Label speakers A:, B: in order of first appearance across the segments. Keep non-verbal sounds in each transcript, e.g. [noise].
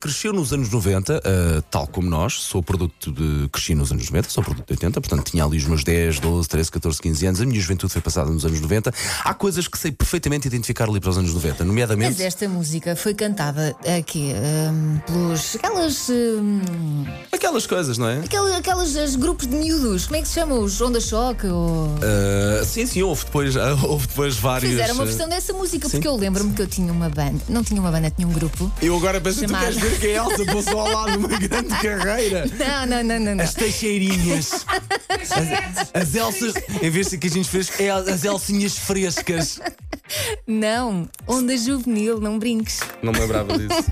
A: cresceu nos anos 90, ah, tal como nós. Sou produto de. Cresci nos anos 90, sou produto de 80, portanto tinha ali os meus 10, 12, 13, 14, 15 anos. A minha juventude foi passada nos anos 90. Há coisas que sei perfeitamente identificar ali para os anos 90, nomeadamente.
B: Mas esta música foi cantada aqui hum, pelos. aquelas. hum,
A: Aquelas coisas, não é?
B: aquele- aquelas as grupos de miúdos. Como é que se chama? Os Onda Choque? Ou...
A: Ah, sim, sim, houve depois, ah, houve depois vários.
B: Fizeram uma
A: ah,
B: versão dessa música, porque eu lembro-me que eu tinha uma banda. Não tinha uma banda, tinha um grupo.
A: Eu agora penso que tu
B: Chamada. [laughs]
A: queres ver que a Elsa passou ao lado de uma grande carreira.
B: Não, não, não, não. não.
A: As
B: [laughs]
A: teixeirinhas. As, as Elsas. Em vez de que a gente fez, é as Elsinhas frescas.
B: Não, Onda Juvenil, não brinques.
A: Não me lembrava disso.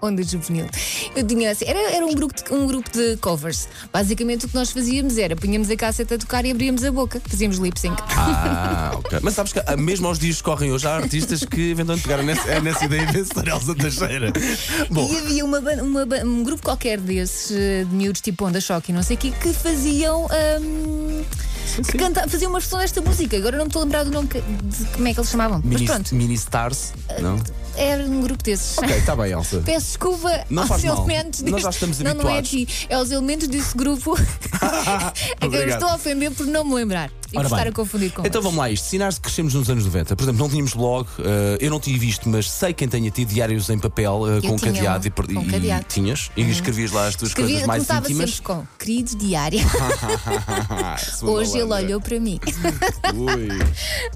B: Onda Juvenil. Eu tinha assim, era, era um, grupo de, um grupo de covers. Basicamente o que nós fazíamos era punhamos a casseta a tocar e abríamos a boca. Fazíamos lip sync.
A: Ah, ok. Mas sabes que ah, mesmo aos dias que correm hoje, há artistas que eventualmente pegaram nessa, é nessa ideia de ser Elsa Teixeira. Bom,
B: E havia uma ban- uma ban- um grupo qualquer desses, eh, de miúdos tipo Onda Choque e não sei o quê, que faziam. ahm, que canta, faziam uma versão desta música. Agora não me estou a lembrar do nome, que- de como é que eles chamavam.
A: mini,
B: Mas pronto,
A: mini Stars. Não?
B: era um grupo desses.
A: Ok, está bem, Elsa.
B: Peço desculpa
A: Não
B: aos
A: faz mal.
B: elementos
A: Nós
B: deste...
A: já estamos
B: Não, não é a
A: habituados.
B: ti, é aos elementos
A: [laughs]
B: desse grupo a quem eu
A: Obrigado.
B: estou a ofender por não me lembrar e por
A: Ora bem.
B: estar a confundir com
A: Então
B: eles.
A: vamos lá, a isto. Sinais de que crescemos nos anos 90. Por exemplo, não tínhamos blog, eh, eu não tive isto, mas sei quem tenha tido diários em papel eh, com
B: tinha
A: cadeado
B: um,
A: e, per-
B: com
A: e-
B: cadeado. Uhum.
A: tinhas e escrevias lá as tuas
B: Escrevia,
A: coisas mais
B: começava
A: íntimas.
B: sempre com Querido
A: [laughs]
B: [laughs] Diário,
A: Sou
B: hoje ele
A: malandra.
B: olhou para mim.
A: Ui,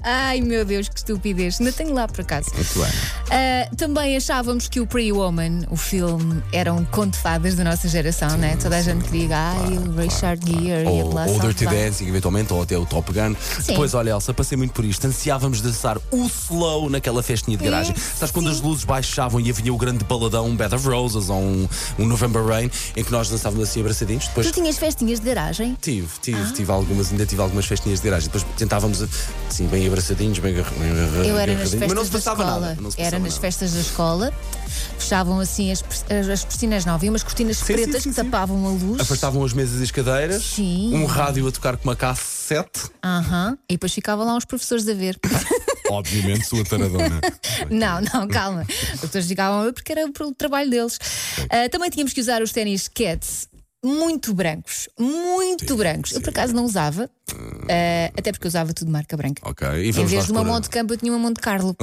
B: Ai meu Deus, que estupidez! Ainda tenho lá por acaso.
A: muito bem.
B: Ah, também achávamos que o Pretty Woman, o filme, era um conto de fadas da nossa geração, não é? Toda a gente queria, ai, o Richard Gere e a
A: Ou, ou
B: Blossom.
A: Dirty Dancing, eventualmente, ou até o Top Gun. Depois, olha, Elsa, passei muito por isto. Ansiávamos de dançar o slow naquela festinha de garagem. Sabes quando as luzes baixavam e havia o grande baladão, um Bed of Roses ou um, um November Rain, em que nós dançávamos assim abraçadinhos. Depois
B: Tu Ah. tinhas festinhas de garagem?
A: Tive, tive, tive algumas, ainda tive algumas festinhas de garagem. Depois tentávamos, assim, bem abraçadinhos, bem agarra- bem agarradinhos.
B: Eu era nas festas
A: Mas não se
B: da
A: passava
B: escola.
A: nada. Não se
B: era
A: passava
B: nas
A: nada.
B: festas da escola. Fechavam assim as, pers- as, as piscinas, não havia umas cortinas
A: sim,
B: pretas
A: sim,
B: que
A: sim.
B: tapavam a luz.
A: Afastavam as mesas e as cadeiras,
B: Sim.
A: um rádio a tocar com uma cassete.
B: [laughs] Aham. E depois ficavam lá uns professores a ver.
A: Obviamente, sua taradona.
B: não, não, [laughs] calma. Os professores ficavam a ver porque era o trabalho deles. Ah, também tínhamos que usar os ténis Cats. Muito brancos, muito brancos. Eu por acaso não usava, ah, até porque eu usava tudo marca branca.
A: ok, e
B: Em
A: Ah, vamos
B: vez
A: nós
B: de uma
A: pôr a-
B: Monte Campo, eu tinha uma
A: [laughs]
B: Monte Carlo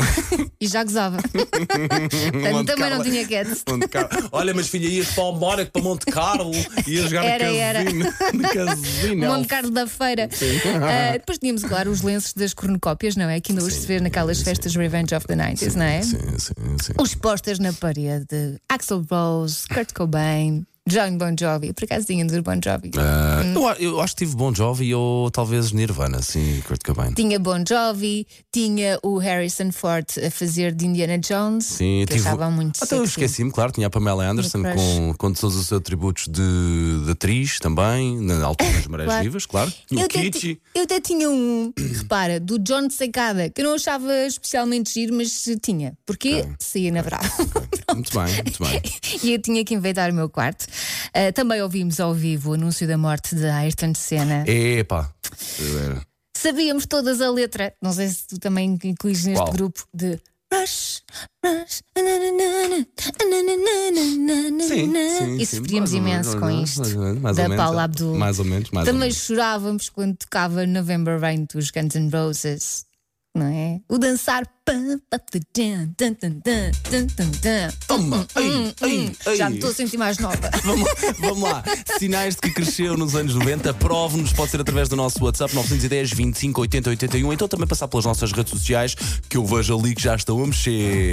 B: e já gozava. Portanto,
A: Monte
B: também não
A: Carlo.
B: tinha cats.
A: Monte Carlo. Olha, mas filha, ias para o Mónaco, para Monte Carlo, ias jogar
B: Era, era.
A: no casino. No casino.
B: Monte
A: Elsa.
B: Carlo da Feira.
A: [laughs]
B: Ah, depois tínhamos, claro, os lenços das cornucópias, não é? Que ainda hoje se vê naquelas festas Revenge of the 90s, não é?
A: Sim, sim, sim.
B: Os posters na parede, Axel Rose, Kurt Cobain, John Bon Jovi, por acaso tínhamos o Bon Jovi.
A: Ah, eu, a- eu acho que tive Bon Jovi ou talvez Nirvana, sim, Kurt Cobain.
B: Tinha Bon Jovi, tinha o Harrison Ford a fazer de Indiana Jones,
A: Sim, eu
B: que
A: tive...
B: achava muito
A: Até eu
B: sexy.
A: esqueci-me, claro, tinha a Pamela Anderson
B: crush.
A: com, com todos os seus atributos de, de atriz também, na altura das marés
B: Claro.
A: vivas, claro.
B: Eu
A: E o
B: até, ti-
A: Kitschy.
B: eu até
A: [clears throat]
B: tinha um, repara, do John Sacada, que eu não achava especialmente giro, mas tinha. Porque saía na verdade.
A: Muito bem, muito bem.
B: [laughs] e eu tinha que inventar o meu quarto. Ah, também ouvimos ao vivo o anúncio da morte de Ayrton Senna.
A: Epá.
B: Sabíamos todas a letra. Não sei se tu também incluís neste
A: Qual?
B: grupo de Rush, Rush, ananana, ananana,
A: Sim,
B: ananana.
A: sim,
B: E
A: sim,
B: sofríamos
A: mais ou menos, mais
B: imenso com
A: ou menos,
B: isto.
A: mais ou menos, mais
B: da
A: ou menos, é,
B: Paula Abdul. Então,
A: Mais ou menos, mais ou
B: Também
A: menos.
B: chorávamos quando tocava November Rain dos Guns N' Roses, não é? O dançar. pam, pam, tu, tum, tum, tum, tum, tum, tum, tum.
A: Toma,
B: Hum,
A: ei, ei, ei.
B: Já me estou a sentir mais nova.
A: [laughs] Vamos, vamos lá. Sinais de que cresceu nos anos 90. Prove-nos, pode ser através do nosso WhatsApp 910 25 80 81. Então também passar pelas nossas redes sociais, que eu vejo ali que já estão a mexer.